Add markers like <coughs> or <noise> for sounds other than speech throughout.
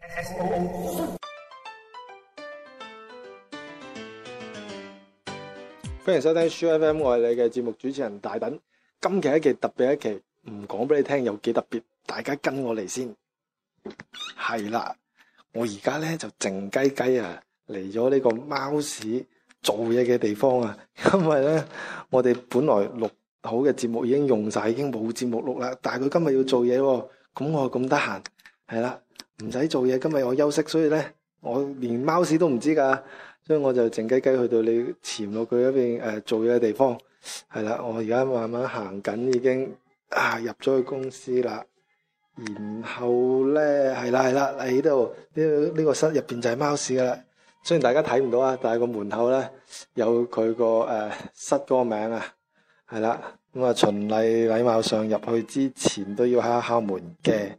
S O O，歡迎收聽 Soo FM，我係你嘅節目主持人大等。今期一期特別一期，唔講俾你聽有幾特別，大家跟我嚟先。係啦，我而家咧就靜雞雞啊，嚟咗呢個貓屎做嘢嘅地方啊， <laughs> 因為咧我哋本來錄好嘅節目已經用晒，已經冇節目錄啦。但係佢今日要做嘢喎，咁我咁得閒，係啦，唔使做嘢，今日我休息，所以咧我連貓屎都唔知㗎。所以我就靜雞雞去到你潛落佢嗰邊誒做嘢嘅地方，係啦，我而家慢慢行緊，已經啊入咗去公司啦。然後咧係啦係啦，喺呢度呢個呢個室入邊就係貓屎噶啦。雖然大家睇唔到啊，但係個門口咧有佢個誒室嗰個名啊，係啦。咁啊，循例禮貌上入去之前都要敲一敲門嘅。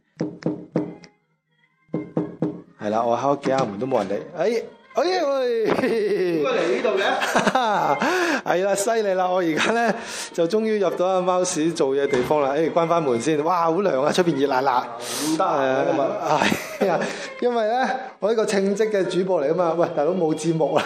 係啦，我敲幾下門都冇人嚟，哎。哎呀喂！嚟呢度嘅。 <laughs> 係啦，犀利啦！我而家咧就終於入到阿貓屎做嘢地方啦。誒、關翻門先。哇，好涼啊！出邊熱辣辣。唔得啊今日係啊，因為咧我呢個稱職嘅主播嚟噶嘛。喂，大佬冇節目啦。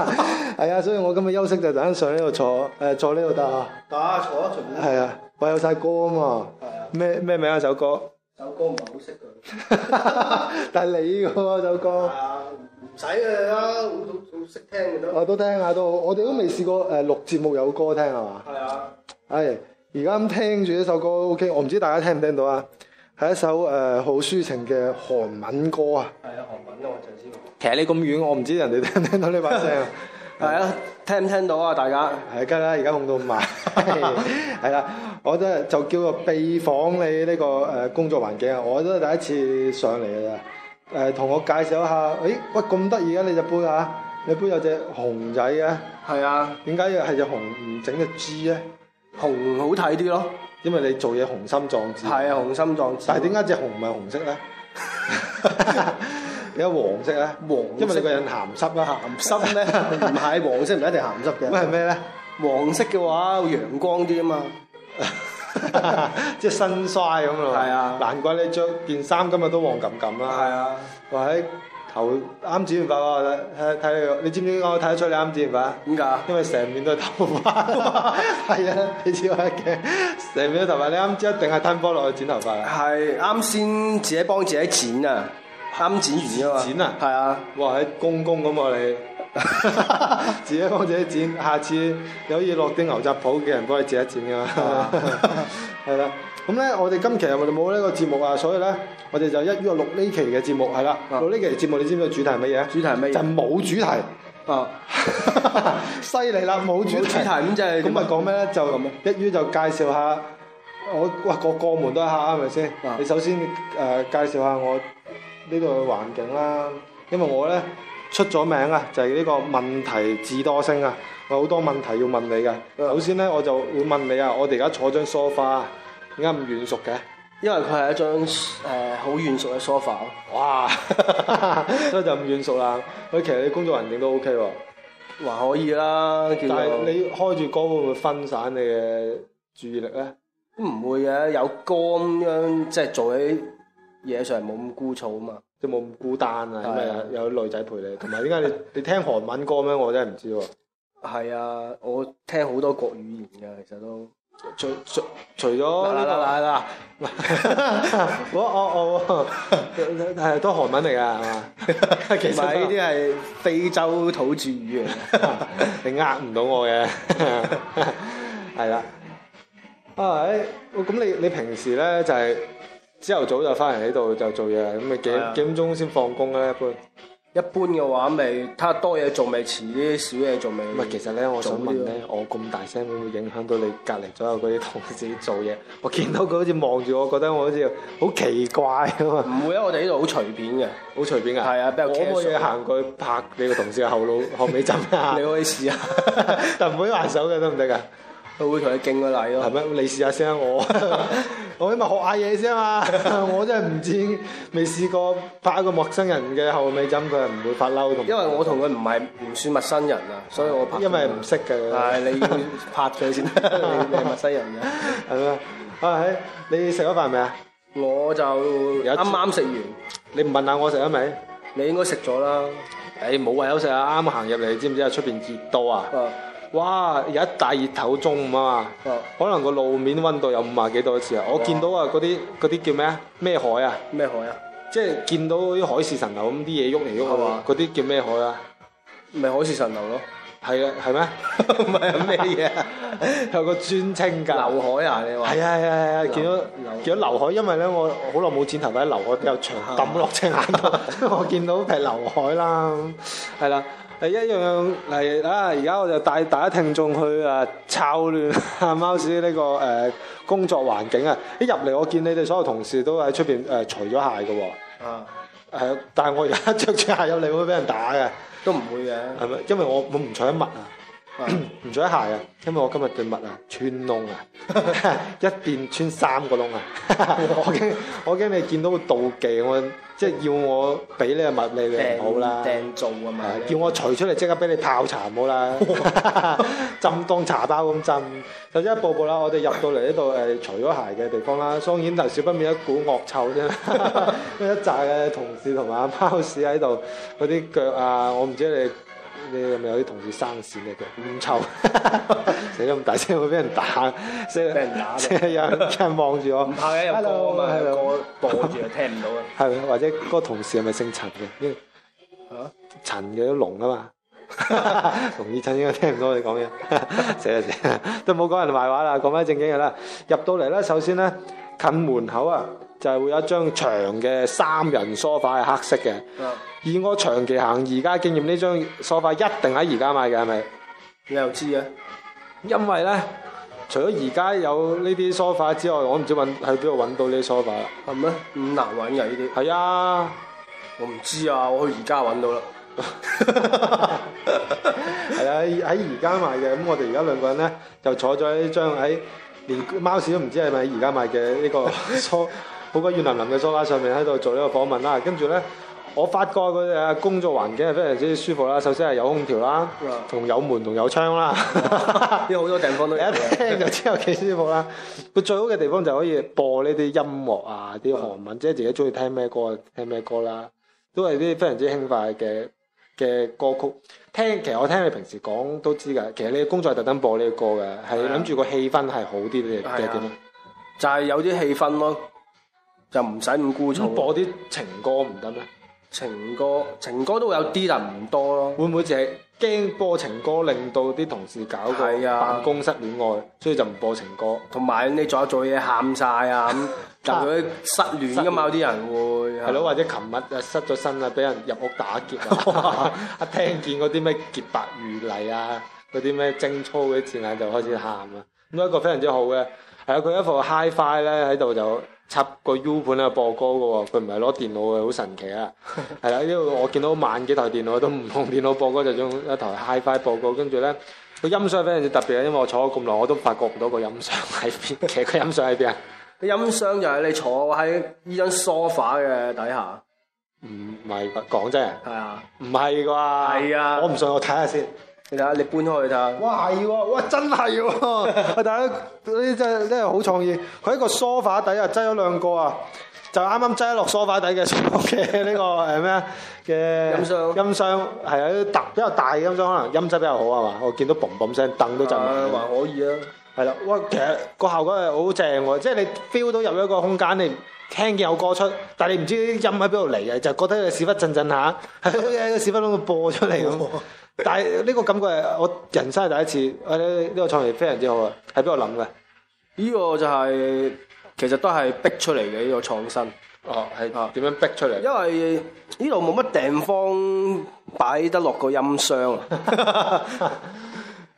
<laughs> 係啊，所以我今日休息就等上呢度坐，誒、坐呢度得啊。打坐一陣啦。係啊，喂，有晒歌啊嘛。係啊，咩咩名啊首歌？ <laughs> 首歌唔係好識佢。但係你嘅喎首歌。啊，唔使佢啦，好好好識聽嘅都。我都聽下都好，我哋都未試過誒錄節目有歌聽係嘛？係啊，係，而家咁聽住呢首歌 OK，我唔知大家聽唔聽到啊？係一首誒、呃好抒情嘅韓文歌啊！係啊，韓文啊，我陣先。其實你咁遠，我唔知人哋聽唔聽到呢把聲啊！係啊，聽唔聽到啊？大家 <laughs> 係梗啦，而家控到咁 <laughs> 埋，係啦，我真係就叫做秘訪你呢、個誒、呃工作環境啊！我都係第一次上嚟嘅咋，誒、同我介紹一下，誒、喂咁得意啊！你隻杯啊，你杯有隻熊仔嘅，係啊，點解係隻熊唔整隻豬咧？紅好睇啲咯。因為你做嘢雄心壯志。係啊，紅心壯志。但係點解隻紅唔係紅色 <laughs> 咧？點解黃色咧？黃色因為你個人鹹濕啦鹹濕 <laughs> 咧？唔係黃色，唔一定鹹濕嚇。咁係嘅。咩咧？黃色嘅話陽光啲啊嘛。 <laughs> 即係新衰咁咯。係啊難怪你着件衫今日都黃冚冚啦。啊，或者頭啱剪完髮啊，睇睇你，你知唔知我睇得出你啱剪完 <laughs> 點髮？解？啊因為成面都係頭髮，係啊！你知我一嘅，成面都頭髮，你啱知一定係吞波落去剪頭髮啦。係啱先自己幫自己剪啊，啱剪完啊嘛。剪啊係啊。哇！喺公公咁 <laughs> 喎你，自己幫自己剪，下次有意落啲牛雜鋪嘅人幫你剪一剪㗎啊。 <laughs> 係啦，咁咧我哋今期係咪冇呢個節目啊？所以咧我哋就一於錄呢期嘅節目係啦。啊錄呢期節目你知唔知個主題係乜嘢？啊主題係乜嘢就冇主題， <laughs> 啊，犀利啦！冇主主題題，咁就係咁咪講咩咧？就咁啊一於就介紹下我哇個個門都一下係咪先啊？你首先誒、呃介紹下我呢度嘅環境啦，因為我咧出咗名啊，就係、呢個問題智多星啊，我好多問題要問你嘅。首先咧，我就會問你啊，我哋而家坐張 sofa，點啊解咁軟熟嘅？因為佢係一張誒好軟熟嘅 sofa 咯。哇， <laughs> 所以就唔軟熟啦。佢其實你工作環境都 OK 喎，還可以啦，叫但係啊做你開住歌會唔會分散你嘅注意力咧？唔會嘅，有歌咁樣即係做喺嘢上冇咁枯燥啊嘛。即係冇咁孤單啊，因係啊為有有女仔陪你，同埋點解你你聽韓文歌咩？我真係唔知喎。係啊，我聽好多國語言嘅，其實都除除除咗嗱哦呢個嗱嗱 <laughs> 我我我係都韓文嚟㗎係嘛？其唔實係呢啲係非洲土 <laughs> 著語嚟嘅。你呃唔到我嘅， <laughs> 係啦。啊，誒，咁你你平時咧就係朝頭早就翻嚟呢度就做嘢，咁你幾係啊幾點鐘先放工咧？一般一般嘅話，咪睇下多嘢做，咪遲啲少嘢做咪。唔係，其實咧，我想問早咧，我咁大聲會唔會影響到你隔離左右嗰啲同事做嘢？ <laughs> 我見到佢好似望住我，覺得我好似好奇怪啊嘛，唔會啊！我哋呢度好隨便嘅，好隨便啊！係啊比較我可唔可以 casual 行過去拍你個同事嘅後 <laughs> 腦後尾枕啊你？可以試下，但唔可以還手嘅得唔得㗎？佢會同你敬個禮係咯。咩？你試下先啊！我 <laughs> 我今日學下嘢先啊 <laughs> 嘛！我真係唔知，未試過拍一個陌生人嘅後尾枕，佢係唔會發嬲同。因為我同佢唔係唔算陌生人啊，所以我拍。因為唔識嘅。係你要拍佢 <laughs> 先，你你係陌生人嘅。係咩？啊，嘿你食咗飯未啊？我就啱啱食完，你唔問下我食咗未？你應該食咗啦。誒冇胃口食啊！啱啱行入嚟，知唔知啊？出邊熱到啊！啊哇！有一大熱頭中午啊嘛，啊可能個路面温度有五啊幾度嘅時候，我見到啊嗰啲嗰啲叫咩啊？咩海啊？咩海啊？即係見到啲海市蜃樓咁啲嘢喐嚟喐去係嘛嗰啲叫咩海啊？咪海市蜃樓咯？係啊，係咩？ <laughs> 唔係啊咩嘢啊？有個專稱㗎。流海啊？你話係啊係啊係啊！見到劉見到劉海，因為咧我好耐冇剪頭髮，劉海比較長，抌落隻眼度， <laughs> 我見到劈劉海啦，係啦。誒一樣嚟啊！而家我就帶大家聽眾去啊，抄亂 <laughs> 啊貓屎呢個誒、工作環境啊！一入嚟我見你哋所有同事都喺出邊誒除咗鞋嘅喎、啊，誒但係我而家着住鞋入嚟會俾人打嘅，都唔會 <coughs> 嘅。係咪？因為我我唔除得襪啊。啊唔着鞋啊，因為我今日對襪啊穿窿啊， <laughs> 一邊穿三個窿啊， <laughs> 我驚我驚你見到會妒忌我，即係要我俾呢個襪你你唔好啦，訂做啊嘛係。叫我除出嚟即刻俾你泡茶唔好 <laughs> 啦，浸當茶包咁浸。就一步步啦，我哋入到嚟呢度誒除咗鞋嘅地方啦，當然就少不免一股惡臭 <laughs> 啫，因為一紮嘅同事同埋阿貓屎喺度，嗰啲腳啊，我唔知你你係咪有啲同事生線嘅腳咁 <laughs> 臭，死得咁大聲會俾人打，死啦俾人打死啦有人望住我唔，怕嘅，有歌啊嘛，有 Hello，歌播住就聽唔到啊。係咪？或者嗰個同事係咪姓陳嘅？因為啊陳嘅都聾啊嘛。 <laughs> 龍醫生應該聽唔到你講嘢， <laughs> 死啦死啦，都冇講人壞話啦，講翻正經嘢啦。入到嚟咧，首先咧近門口啊，就係會有一張長嘅三人梳化係黑色嘅。啊以我長期行而家經驗，呢張梳化一定喺而家買嘅，係咪？你又知嘅？因為咧，除咗而家有呢啲梳化之外，我唔知揾喺邊度揾到呢啲梳化啦。係咩？咁難揾嘅呢啲，係啊。我唔知啊，我去而家揾到 <laughs> 啦。係啊，喺而家買嘅，咁我哋而家兩個人咧就坐咗喺張喺連貓屎都唔知係咪而家買嘅呢個梳好鬼軟腍腍嘅梳化上面喺度做呢個訪問啦。跟住咧，我發覺佢哋嘅工作環境係非常之舒服啦。首先係有空調啦嗯，同有門同有窗啦。因為好多地方都你有 <laughs> 一嘅。聽就知有幾舒服啦。佢最好嘅地方就可以播呢啲音樂啊，啲韓文，即係自己中意聽咩歌就聽咩歌啦，都係啲非常之輕快嘅嘅歌曲。聽其實我聽你平時講都知㗎，其實你嘅工作係特登播呢個歌嘅，係係啊諗住個氣氛係好啲嘅係啊嘅點啊？就係有啲氣氛咯，就唔使咁枯咁燥。播啲情歌唔得咩？情歌情歌都有啲，但唔多咯。會唔會淨係驚播情歌令到啲同事搞個係啊辦公室戀愛，所以就唔播情歌？同埋你做一做嘢喊晒 <laughs> 啊咁，就會失戀噶嘛，有啲人會係咯，，或者琴日啊失咗身啊，俾人入屋打劫啊！一聽見嗰啲咩潔白如泥啊，嗰啲咩貞操嗰啲字眼就開始喊啊！咁一個非常之好嘅，係啊，佢一副 HiFi 咧喺度就插個 U 盤喺度播歌嘅喎，佢唔係攞電腦嘅，好神奇啊！係啦，因為我見到萬幾台電腦都唔用電腦播歌，就用一台 HiFi 播歌，跟住咧。個音箱非常之特別啊，因為我坐咗咁耐，我都發覺唔到個音箱喺邊。其實個音箱喺邊啊？你音箱就係你坐喺呢張 sofa 嘅底下，唔係㗎講真啊！係啊，唔係啩？係啊我唔信，我睇下先。你睇下你搬開去睇下，哇，係喎，哇，真係喎！ <laughs> 喂，大家呢啲真係真係好創意。佢喺個梳化底啊，擠咗兩個啊，就啱啱擠落梳化底嘅嘅 <laughs> 呢個誒咩啊嘅音箱音箱係啊，特比較大嘅音箱，可能音質比較好係嘛？我見到嘣嘣聲，凳都震埋。啊還可以啊，係啦，哇！其實個效果係好正喎，即係你 feel 到入一個空間，你聽見有歌出，但係你唔知啲音喺邊度嚟嘅，就覺得你屎忽震震下，喺個屎忽窿度播出嚟咁。但係呢個感覺係我人生係第一次，我覺得呢個創意非常之好啊！喺邊度諗嘅？呢個就係其實都係逼出嚟嘅呢個創新，哦，啊係點樣逼出 <laughs> 嚟？因為呢度冇乜地方擺得落個音箱啊。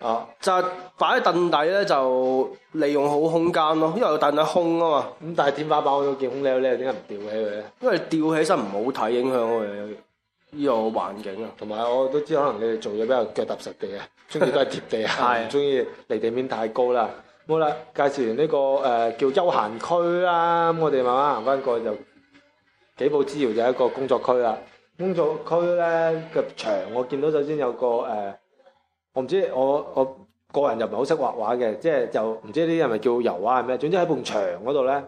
哦，就係擺喺凳底咧，就利用好空間咯，因為個凳底空啊嘛，咁但係天花板我都見空溜溜，點解唔吊起佢咧？因為吊起身唔好睇，影響我哋呢個環境啊。同埋我都知，可能你哋做嘢比較腳踏實地啊，中意都係貼地啊，係唔中意離地面太高啦。好啦，介紹完呢、個誒、呃叫休閒區啦，咁我哋慢慢行翻過去就幾步之遙就係一個工作區啦。工作區咧嘅牆，我見到首先有個誒、呃我唔知我我個人又唔係好識畫啊畫嘅，即係就唔知呢啲係咪叫油畫係咩？總之喺埲牆嗰度咧，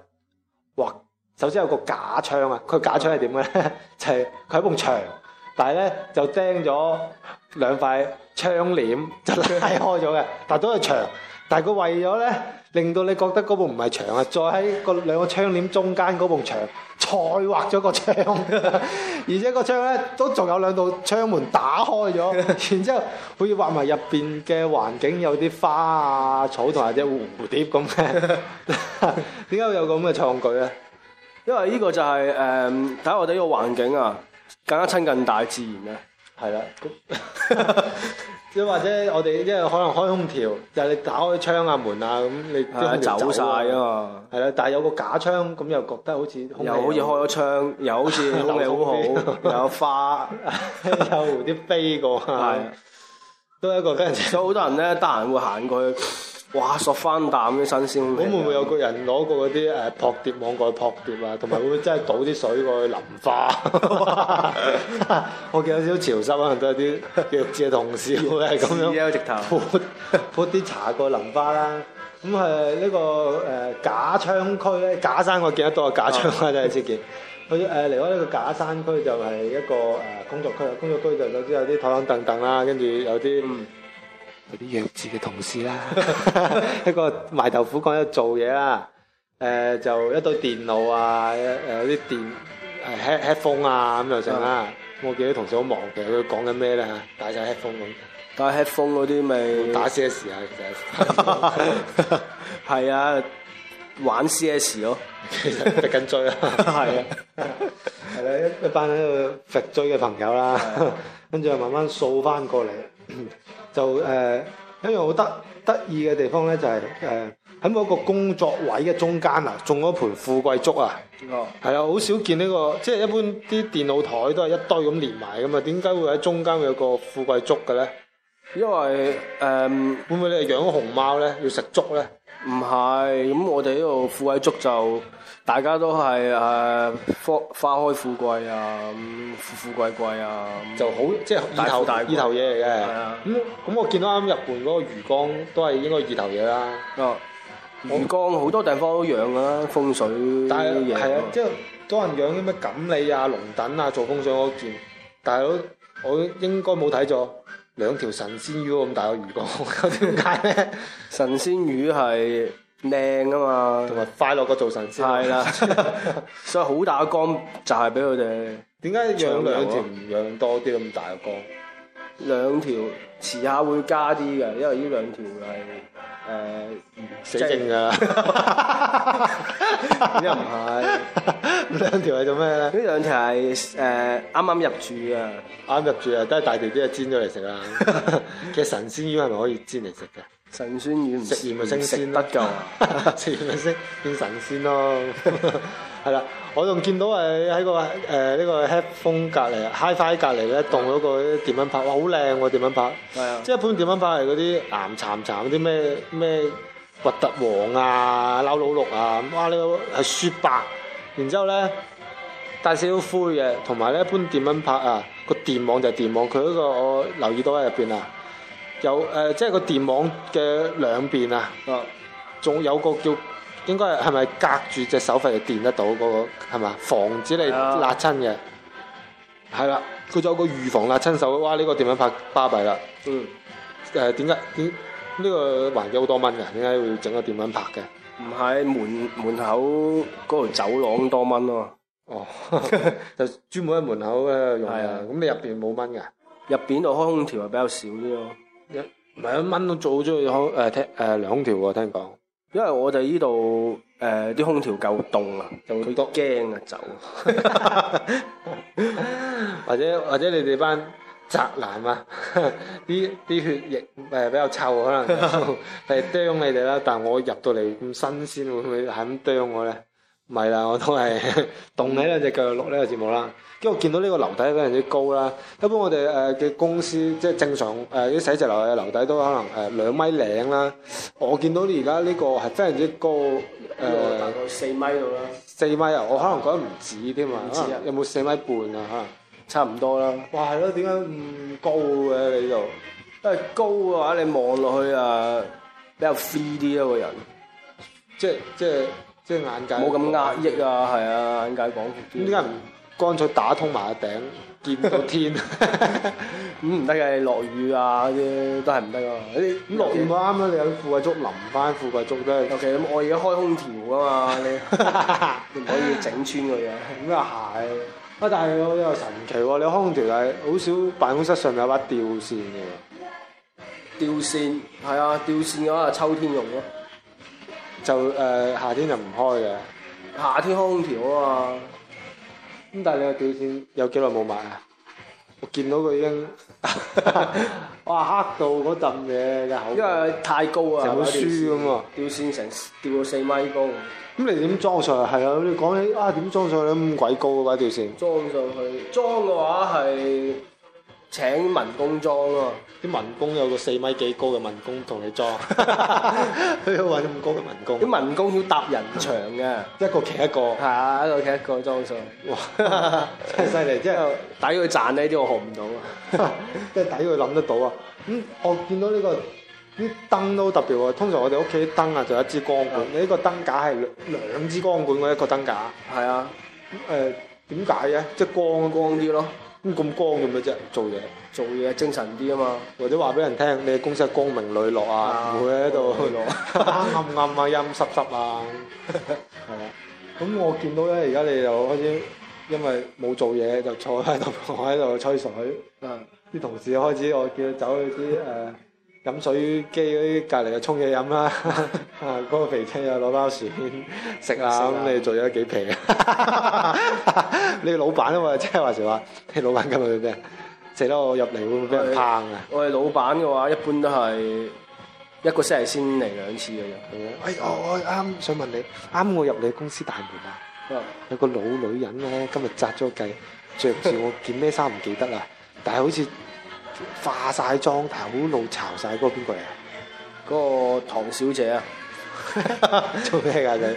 畫首先有個假槍啊，佢假槍係點嘅咧？ <laughs> 就係佢喺埲牆，但係咧就釘咗兩塊窗簾，就拉開咗嘅，但係都係牆。但係佢為咗咧，令到你覺得嗰埲唔係牆啊，再喺個兩個窗簾中間嗰埲牆再畫咗個窗， <laughs> 而且個窗咧都仲有兩道窗門打開咗， <laughs> 然之後好似畫埋入邊嘅環境有啲花啊、草同埋只蝴蝶咁嘅。 <laughs> 點解會有咁嘅創舉啊咧？因為呢個就係、誒，睇下我哋呢個環境啊，更加親近大自然啊。係啦， <laughs> 咁即係或者我哋即係可能開空調，就係、你打開窗啊門啊咁，你啲係空調走晒啊啊。嘛，係啦，但係有個假窗，咁又覺得好似空氣又好似開咗窗，啊又好似空 <laughs> 氣好好，流通又有花， <laughs> 啊 <laughs> 有啲飛過啊係，都有一個跟人哋。所以好多人咧得閒會行過去，哇！索翻啖啲新鮮咁啊會味。唔會有個人攞過嗰啲誒撲碟網過去撲碟啊？同埋會唔會真係倒啲水過去淋 <laughs> 花？我見有少少潮濕，可能都有啲弱智嘅同事會係咁樣。有直 <laughs> 頭？潑潑啲茶過淋花啦。咁誒呢個誒、呃假槍區咧，假山我見得多啊，假槍啦，真係知見。佢誒離開呢個假山區就係一個誒、呃工作區啦，工作區就首先有啲台灣凳凳啦，跟住有啲、嗯有啲弱智嘅同事啦， <laughs> 一個賣豆腐講一個做嘢啦，誒、就一堆電腦啊，誒、有啲電誒 head headphone 啊咁就成啦。咁我見啲同事好忙，其實佢講緊咩咧嚇，戴晒 headphone 咁。但係 headphone 嗰啲咪打 CS 啊，其實 <laughs> 係啊，玩 CS 咯，其實逼緊追啦，係啊，係啦，一一班喺度揈追嘅朋友啦，啊跟住又慢慢掃翻過嚟，就誒、呃一樣好得得意嘅地方咧，就係誒喺某一個工作位嘅中間啊，種咗盆富貴竹啊，哦，係啊，好少見呢、個，即係一般啲電腦台都係一堆咁連埋噶嘛，點解會喺中間會有個富貴竹嘅咧？因為誒。會唔會你係養咗熊貓咧，要食竹咧？唔係，咁我哋呢度富貴竹就大家都係誒、呃花花開富貴啊，咁富富貴貴啊，咁就好即係大二頭富大二貴頭嘢嚟嘅係啊。咁咁我見到啱日本嗰個魚缸都係應該二頭嘢啦，啊魚缸好多地方都養噶啦，風水但係嘢係啊啊，即係多人養啲咩錦鯉啊、龍躉啊做風水我見，大佬我應該冇睇咗兩條神仙魚咁大個魚缸， <laughs> 我點解咧？神仙魚係靚啊同 <laughs> 嘛，埋快樂過做神仙。係啦，所以好大個缸就係俾佢哋 <laughs> 點解養兩條唔養多啲咁大個缸？兩條，遲下會加啲嘅，因為呢兩條係死剩 <laughs> 㗎， <laughs> 誒又唔係兩條係做咩咧？呢兩條係誒啱啱入住嘅。啱入住啊，都係大條啲啊，煎咗嚟食啦。其實神仙魚係咪可以煎嚟食㗎？神仙魚唔食完咪升食啊仙得咯 <laughs> 㗎，食完咪識變神仙咯。 <laughs> 係啦，我仲見到誒喺個誒呢個 headphone 隔離，HiFi 隔離咧，棟咗個電蚊拍，哇好靚喎電蚊拍！係啊，即係一般電蚊拍係嗰啲岩殘殘嗰啲咩咩核突黃啊、撈老綠啊，哇呢個係雪白，然之後咧帶少少灰嘅，同埋咧一般電蚊拍啊個電網就係電網，佢嗰個我留意到喺入邊啊，有誒、呃即係個電網嘅兩邊啊。啊仲有個叫應該係係咪隔住隻手費電得到嗰、個係嘛？防止你係啊辣親嘅，係啦。佢仲有個預防辣親手，哇！呢、個點樣拍巴閉啦？嗯，誒呃點解點呢個環境好多蚊㗎？點解會整個點樣拍嘅？唔係門門口嗰條走廊多蚊啊嘛， <laughs> 哦， <laughs> 就專門喺門口誒用係嘅啊。咁你入邊冇蚊㗎？入邊度開空調係比較少啲咯，唔係蚊都做中意空誒聽誒涼空調喎，聽講。因為我哋呢度誒啲空調夠凍啊，夠佢凍驚啊走，或者或者你哋班宅男啊， <laughs> 啲啲血液呃誒比較臭，可能係啄你哋啦。 <laughs> 但我入到嚟咁新鮮，會唔會係咁啄我咧？唔係啦，我都係 <laughs> 動起兩隻腳錄呢個節目啦。跟住我見到呢個樓底非常之高啦。一般我哋誒呃嘅公司即係正常誒啲寫字樓嘅樓底都可能誒呃兩米零啦。我見到而家呢個係非常之高誒。大概四米度啦，四米啊！我可能覺得唔止添啊，唔止啊可能有冇四米半啊？可能。差唔多啦。哇，係咯，點解咁高嘅你度？因為高嘅 à, 話，你望落去啊比較 free 啲咯個人，即係即係即係眼界冇咁壓抑啊，係啊，眼界廣闊啲。咁點解唔乾脆打通埋個頂，見到天？ <laughs> 咁咁唔得嘅，落雨啊嗰啲都係唔得噶。咁落雨咪啱啦，你有富貴竹淋翻富貴竹都係 <laughs> 尤其咁，我而家開空調啊嘛，你你唔可以整穿佢嘅。咁又係。啊，但係我又神奇喎，你空調係好少辦公室上面有把吊扇嘅。吊線係啊，吊線嘅話秋天用咯，就誒、呃夏天就唔開嘅。夏天開空調啊嘛。咁但係你個吊線有幾耐冇買啊？我見到佢已經 <laughs> 哇黑到嗰陣嘢嘅口因感，為太高啊，成本書嗰咁啊！條線吊線成吊到四米高，咁你點裝上去？係啊，你講起啊點裝上去咁鬼高嘅把吊線，裝上去裝嘅話係請民工裝啊嘛。啲民工有個四米幾高嘅民工同你 <laughs> 裝，佢要揾咁高嘅民工，啲民工要搭人牆嘅，一個騎一 <laughs> 個，係啊，一個企一個裝上去，哇！真係犀利，真係〜 <laughs> 抵佢賺呢啲我學唔到啊。即係抵佢諗得到啊！咁、我見到呢、個啲燈都特別喎。通常我哋屋企啲燈啊，就一支光管。你呢個燈架係兩兩支光管嘅一個燈架。係啊，誒點解嘅？即係光光光啲咯，咁咁光咁嘅啫，做嘢做嘢精神啲啊嘛。或者話俾人聽，你嘅公司係光明磊落啊，啊唔會喺度光明磊 <laughs> 暗暗啊、陰濕濕啊。係啊，咁我見到咧，而家你就開始因為冇做嘢，就坐喺度， <laughs> 我喺度吹水。嗯，啲同事開始我叫佢走去啲誒飲水機嗰啲隔離嘅沖嘢飲啦， <laughs> 啊嗰個肥仔又攞包薯片食啦，食啦咁你做咗幾皮 <laughs> 啊？你老闆啊嘛，即係話時話，你老闆今日會咩？死啦！我入嚟會唔會俾人抨啊？我哋老闆嘅話一般都係一個星期先嚟兩次嘅啫。咁樣哎，我我啱想問你，啱我入你公司大門啊！嗯有個老女人咧，今日紮咗個髻，着住我件咩衫唔記得啦，但係好似化晒妝，但係好老巢晒，嗰個邊個嚟啊？嗰個唐小姐啊， <laughs> 做咩㗎佢？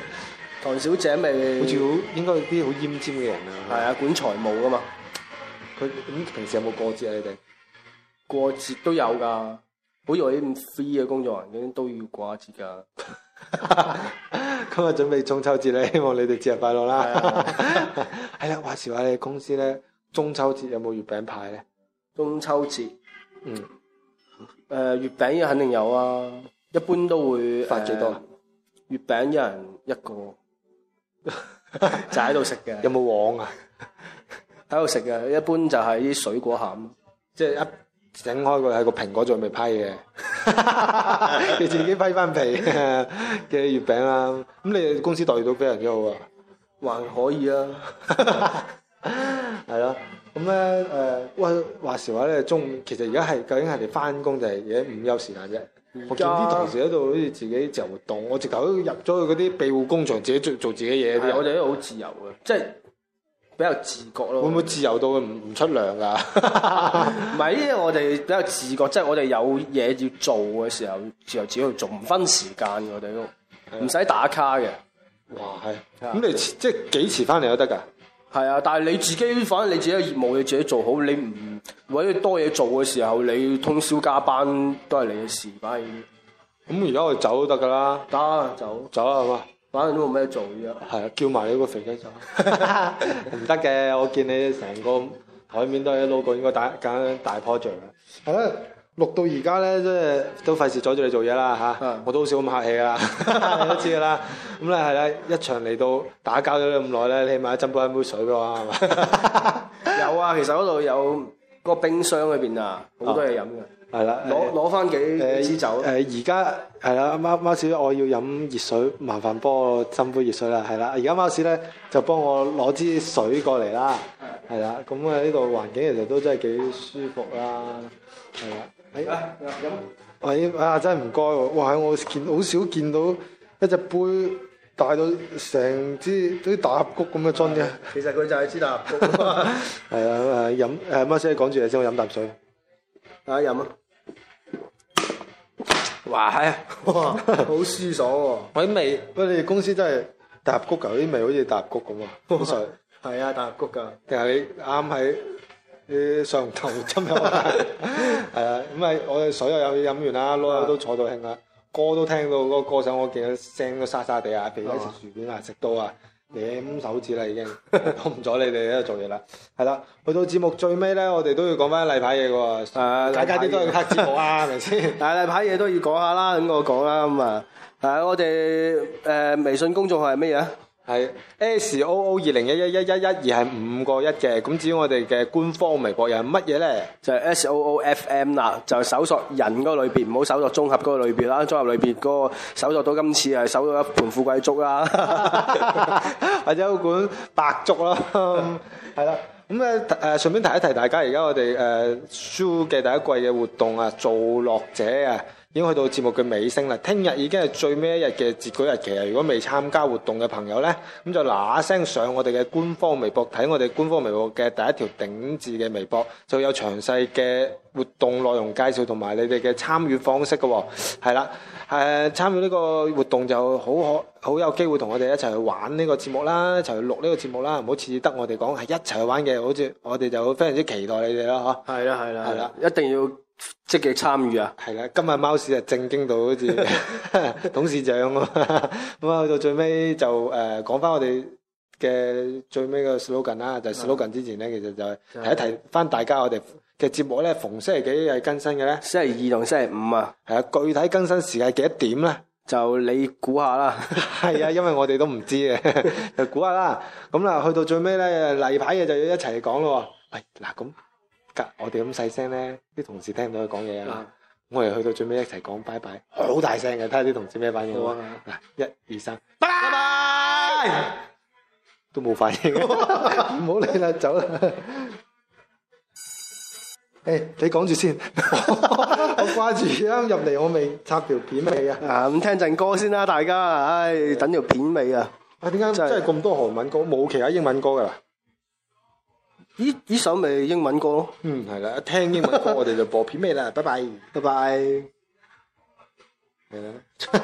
唐小姐咪好似好應該係啲好奄尖嘅人啊。係啊，管財務噶嘛，佢咁平時有冇過節啊？你哋 <laughs> 過節都有㗎。好似我啲咁 free 嘅工作環境都要過下節㗎。今日準備中秋節咧， <laughs> 希望你哋節日快樂啦係。 <laughs> 係啦，話時話你哋公司咧，中秋節有冇月餅派咧？中秋節誒、嗯，呃月餅肯定有啊，一般都會發幾多呃月餅一人一個，就喺度食 <laughs> 嘅。有冇黃啊？喺度食嘅，一般就係啲水果餡。即係一整開佢係個蘋果仲未批 <laughs> 嘅，你自己批翻皮嘅嘅月餅啦。咁你哋公司待遇都非常之好啊！還可以啊， <laughs> 係咯，咁咧誒，喂話時話咧，中午其實而家係究竟係你翻工定係而家午休時間啫？我見啲同事喺度好似自己自由活動，我直頭都入咗去嗰啲庇護工場，自己做做自己嘢啲係我人。哋都好自由嘅，即係比較自覺咯。會唔會自由到佢唔唔出糧㗎？唔係，因為我哋比較自覺，即係我哋有嘢要做嘅時候，自由自己去做，唔分時間嘅我哋係啊都，唔使打卡嘅。 <laughs> 哇，係！啊咁你即係幾遲翻嚟都得㗎？係啊，但係你自己，反正你自己嘅業務你自己做好，你唔為咗多嘢做嘅時候，你通宵加班都係你嘅事，反正咁而家我走都得㗎啦，得走，走啊啦係嘛？反正都冇咩做嘅。係啊，叫埋你個肥仔走， <laughs> 唔得嘅。我見你成個台面都係 logo，應該打揀大啊 project 嘅。係啦，錄到而家咧，即係都費事阻住你做嘢啦嗯嚇。我都好少咁客氣 <laughs> 㗎啦，你都知㗎啦。咁咧係啦，一場嚟到打交咗你咁耐咧，你起碼斟杯一杯水俾我啊，係 <laughs> 嘛？有啊，其實嗰度有個冰箱裏邊啊，好多嘢飲嘅。係啦，攞攞翻幾誒幾支酒，誒呃而家係啦，貓貓屎，我要飲熱水，麻煩幫我斟杯熱水啦，係啦。而家貓屎咧就幫我攞支水過嚟啦，係啦。咁啊呢度環境其實都真係幾舒服啦，係啦。誒、啊飲喂啊！真係唔該喎，哇！我見好少見到一隻杯大到成支啲大峽谷咁嘅樽嘅，其實佢就係支大峽谷，啊 <laughs> 係啊誒飲誒貓屎，你講住嘢先，我飲啖水。飲啊！哇，係 <laughs> 啊，哇，好舒爽喎！喂味，喂你哋公司真係大峽谷㗎，啲味好似大峽谷咁啊，好水。係啊，大峽谷㗎，定係你啱喺啲上頭針入嚟，係啊，咁咪我哋水又有飲完啦，攞又都坐到興啦。歌都聽到嗰個歌手，我見佢聲都沙沙地啊，譬如係一嘛食薯片啊，食到啊舐手指啦已經， <laughs> 我唔阻你哋喺度做嘢啦。係啦，去到節目最尾咧，我哋都要講翻例牌嘢嘅喎。誒大家啲都係黑節目啊，係咪先？但係例牌嘢都要講下啦，咁我講啦咁啊，誒我哋誒、微信公眾號係乜嘢啊？係 S O O 二零一一一一一二係五個一嘅，咁至於我哋嘅官方微博又係乜嘢咧？就係 S O O F M 啦，就係搜索人嗰個類別，唔好搜索綜合嗰個類別啦。綜合類別嗰個搜索到今次係搜到一盤富貴竹啦。 <laughs> 或者一管白粥啦， <laughs> 係啦。咁咧誒，順便提一提大家，而家我哋誒 show 嘅第一季嘅活動啊，造樂者啊，已經去到節目嘅尾聲啦。聽日已經係最尾一日嘅截舉日期啊！如果未參加活動嘅朋友咧，咁就嗱嗱聲上我哋嘅官方微博睇我哋官方微博嘅第一條頂置嘅微博，就有詳細嘅活動內容介紹同埋你哋嘅參與方式嘅喎、係啦，誒、參與呢個活動就好可好有機會同我哋一齊去玩呢個節目啦，一齊去錄呢個節目啦，唔好次次得我哋講係一齊去玩嘅，好似我哋就非常之期待你哋啦， <laughs> 係啦，係啦，係啦，一定要積極參與啊！嗬。係啦，今日貓屎係正經到好似 <laughs> 董事長咁啊， <laughs> 咁啊去到最尾就誒、講翻我哋。嘅最尾嘅 slogan 啦，就係 slogan 之前咧，其啊實就係提一提翻大家我哋嘅節目咧，逢星期幾係更新嘅咧？星期二同星期五啊，係啊，具體更新時間係幾多點咧？就你估下啦。係啊，因為我哋都唔知嘅， <laughs> 就估下啦。咁啦，去到最尾咧，例牌嘢就要一齊講咯喎。喂，嗱咁，隔我哋咁細聲咧，啲同事聽唔到佢講嘢啊。我哋去到最尾一齊講拜拜，好大聲嘅，睇下啲同事咩反應好喎啊。嗱，一二三，拜拜，都冇反應， <laughs> 唔好理啦，走 <laughs> 啦。誒，你講住先， <laughs> 我掛住啱入嚟，我未插條片未啊？啊，咁聽陣歌先啦，大家，唉，等條片尾啊！啊，點解真係真係咁多韓文歌，冇其他英文歌㗎啦？咦，呢首咪英文歌咯？嗯，係啦，一聽英 <laughs> 文歌我哋就播片尾啦，拜拜，拜拜。係啦。